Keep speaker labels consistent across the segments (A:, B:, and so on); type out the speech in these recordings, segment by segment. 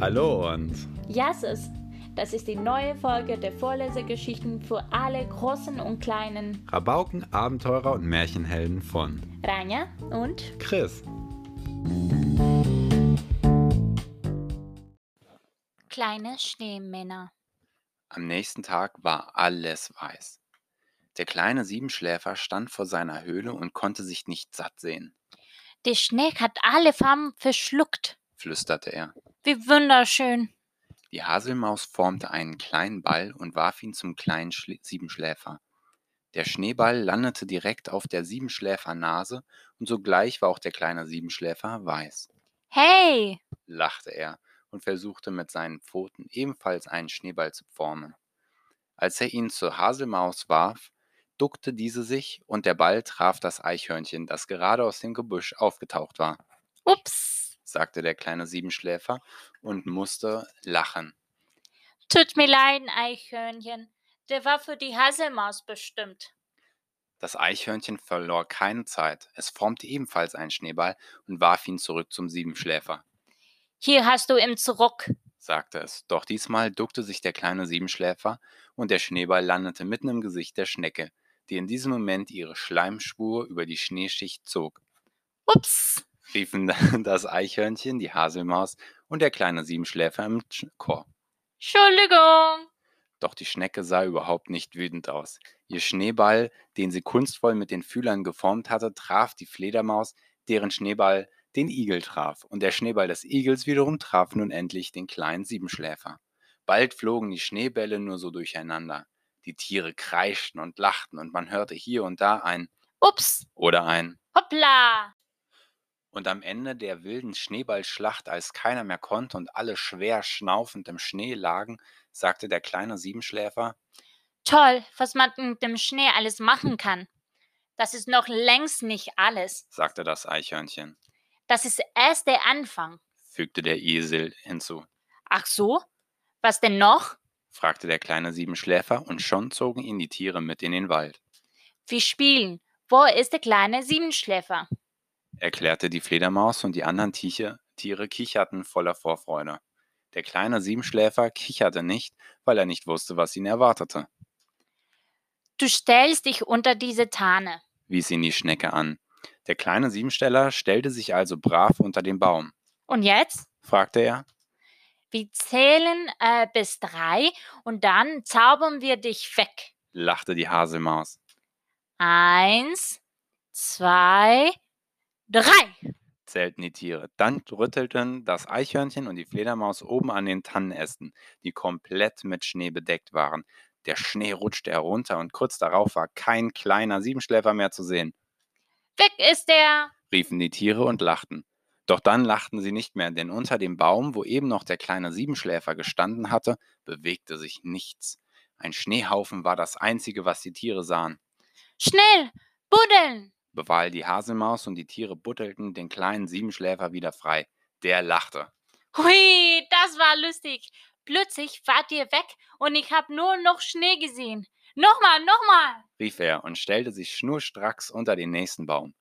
A: Hallo und
B: Jasses, das ist die neue Folge der Vorlesegeschichten für alle großen und kleinen
A: Rabauken, Abenteurer und Märchenhelden von
B: Rania und
A: Chris.
B: kleine Schneemänner.
C: Am nächsten Tag war alles weiß. Der kleine Siebenschläfer stand vor seiner Höhle und konnte sich nicht satt sehen,
D: Der Schnee hat alle Farben verschluckt.
C: flüsterte er.
D: Wie wunderschön.
C: Die Haselmaus formte einen kleinen Ball und warf ihn zum kleinen Schli- Siebenschläfer. Der Schneeball landete direkt auf der Siebenschläfernase und sogleich war auch der kleine Siebenschläfer weiß,
D: Hey,
C: lachte er und versuchte mit seinen Pfoten ebenfalls einen Schneeball zu formen. Als er ihn zur Haselmaus warf, duckte diese sich und der Ball traf das Eichhörnchen, das gerade aus dem Gebüsch aufgetaucht war.
D: ups,
C: sagte der kleine Siebenschläfer und musste lachen.
D: tut mir leid, Eichhörnchen. Der war für die Haselmaus bestimmt.
C: Das Eichhörnchen verlor keine Zeit. Es formte ebenfalls einen Schneeball und warf ihn zurück zum Siebenschläfer,
D: Hier hast du ihn zurück.
C: sagte es. Doch diesmal duckte sich der kleine Siebenschläfer und der Schneeball landete mitten im Gesicht der Schnecke, die in diesem Moment ihre Schleimspur über die Schneeschicht zog.
D: Ups,
C: Riefen dann das Eichhörnchen, die Haselmaus und der kleine Siebenschläfer im Sch- Chor.
D: Entschuldigung.
C: Doch die Schnecke sah überhaupt nicht wütend aus. Ihr Schneeball, den sie kunstvoll mit den Fühlern geformt hatte, traf die Fledermaus, deren Schneeball den Igel traf. Und der Schneeball des Igels wiederum traf nun endlich den kleinen Siebenschläfer. Bald flogen die Schneebälle nur so durcheinander. Die Tiere kreischten und lachten und man hörte hier und da ein
D: Ups,
C: oder ein.
D: hoppla.
C: Und am Ende der wilden Schneeballschlacht, als keiner mehr konnte und alle schwer schnaufend im Schnee lagen, sagte der kleine Siebenschläfer,
D: Toll, was man mit dem Schnee alles machen kann. Das ist noch längst nicht alles.
C: sagte das Eichhörnchen,
D: Das ist erst der Anfang.
C: fügte der Esel hinzu,
D: Ach so? Was denn noch?
C: fragte der kleine Siebenschläfer, und schon zogen ihn die Tiere mit in den Wald,
D: Wir spielen. Wo ist der kleine Siebenschläfer?
C: erklärte die Fledermaus, und die anderen Tieche, Tiere kicherten voller Vorfreude. Der kleine Siebenschläfer kicherte nicht, weil er nicht wusste, was ihn erwartete,
D: Du stellst dich unter diese Tanne.
C: wies ihn die Schnecke an. Der kleine Siebensteller stellte sich also brav unter den Baum,
D: Und jetzt?
C: fragte er,
D: Wir zählen äh, bis drei und dann zaubern wir dich weg.
C: lachte die Haselmaus.
D: Eins, zwei, drei.
C: zählten die Tiere. Dann rüttelten das Eichhörnchen und die Fledermaus oben an den Tannenästen, die komplett mit Schnee bedeckt waren. Der Schnee rutschte herunter und kurz darauf war kein kleiner Siebenschläfer mehr zu sehen,
D: Weg ist er.
C: riefen die Tiere und lachten. Doch dann lachten sie nicht mehr, denn unter dem Baum, wo eben noch der kleine Siebenschläfer gestanden hatte, bewegte sich nichts. Ein Schneehaufen war das Einzige, was die Tiere sahen.
D: Schnell, buddeln.
C: Bewahl die Haselmaus und die Tiere buddelten den kleinen Siebenschläfer wieder frei. Der lachte.
D: Hui, das war lustig. Plötzlich wart ihr weg und ich habe nur noch Schnee gesehen. Nochmal, nochmal.
C: rief er und stellte sich schnurstracks unter den nächsten Baum.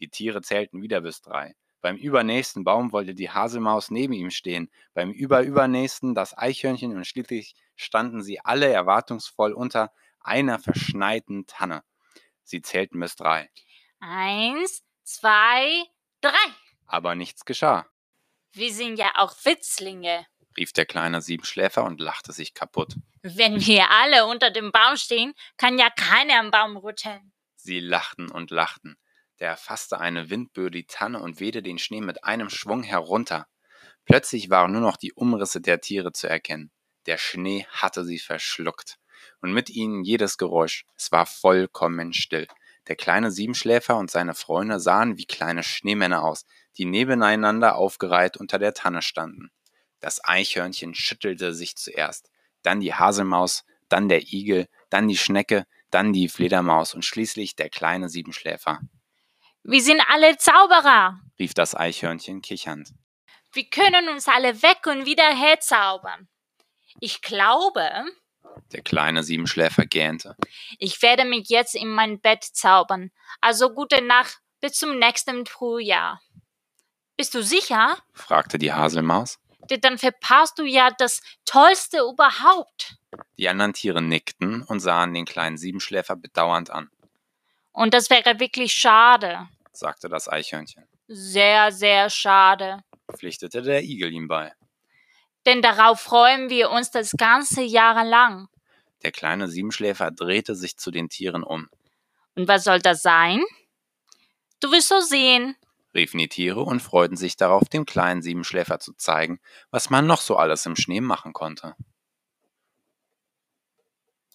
C: Die Tiere zählten wieder bis drei. Beim übernächsten Baum wollte die Haselmaus neben ihm stehen, beim überübernächsten das Eichhörnchen und schließlich standen sie alle erwartungsvoll unter einer verschneiten Tanne. Sie zählten bis drei,
D: Eins, zwei, drei.
C: aber nichts geschah,
D: Wir sind ja auch Witzlinge.
C: rief der kleine Siebenschläfer und lachte sich kaputt.
D: Wenn wir alle unter dem Baum stehen, kann ja keiner am Baum rütteln.
C: Sie lachten und lachten. Da erfasste eine Windböe die Tanne und wehte den Schnee mit einem Schwung herunter. Plötzlich waren nur noch die Umrisse der Tiere zu erkennen. Der Schnee hatte sie verschluckt. Und mit ihnen jedes Geräusch. Es war vollkommen still. Der kleine Siebenschläfer und seine Freunde sahen wie kleine Schneemänner aus, die nebeneinander aufgereiht unter der Tanne standen. Das Eichhörnchen schüttelte sich zuerst, dann die Haselmaus, dann der Igel, dann die Schnecke, dann die Fledermaus und schließlich der kleine Siebenschläfer,
D: Wir sind alle Zauberer.
C: rief das Eichhörnchen kichernd.
D: Wir können uns alle weg und wieder herzaubern. Ich glaube,
C: Der kleine Siebenschläfer gähnte.
D: ich werde mich jetzt in mein Bett zaubern. Also gute Nacht, bis zum nächsten Frühjahr. Bist du sicher?
C: Fragte die Haselmaus.
D: D- Dann verpasst du ja das Tollste überhaupt.
C: Die anderen Tiere nickten und sahen den kleinen Siebenschläfer bedauernd an,
D: Und das wäre wirklich schade.
C: sagte das Eichhörnchen,
D: Sehr, sehr schade.
C: pflichtete der Igel ihm bei.
D: Denn darauf freuen wir uns das ganze Jahr lang.
C: Der kleine Siebenschläfer drehte sich zu den Tieren um,
D: Und was soll das sein? Du wirst so sehen.
C: riefen die Tiere und freuten sich darauf, dem kleinen Siebenschläfer zu zeigen, was man noch so alles im Schnee machen konnte.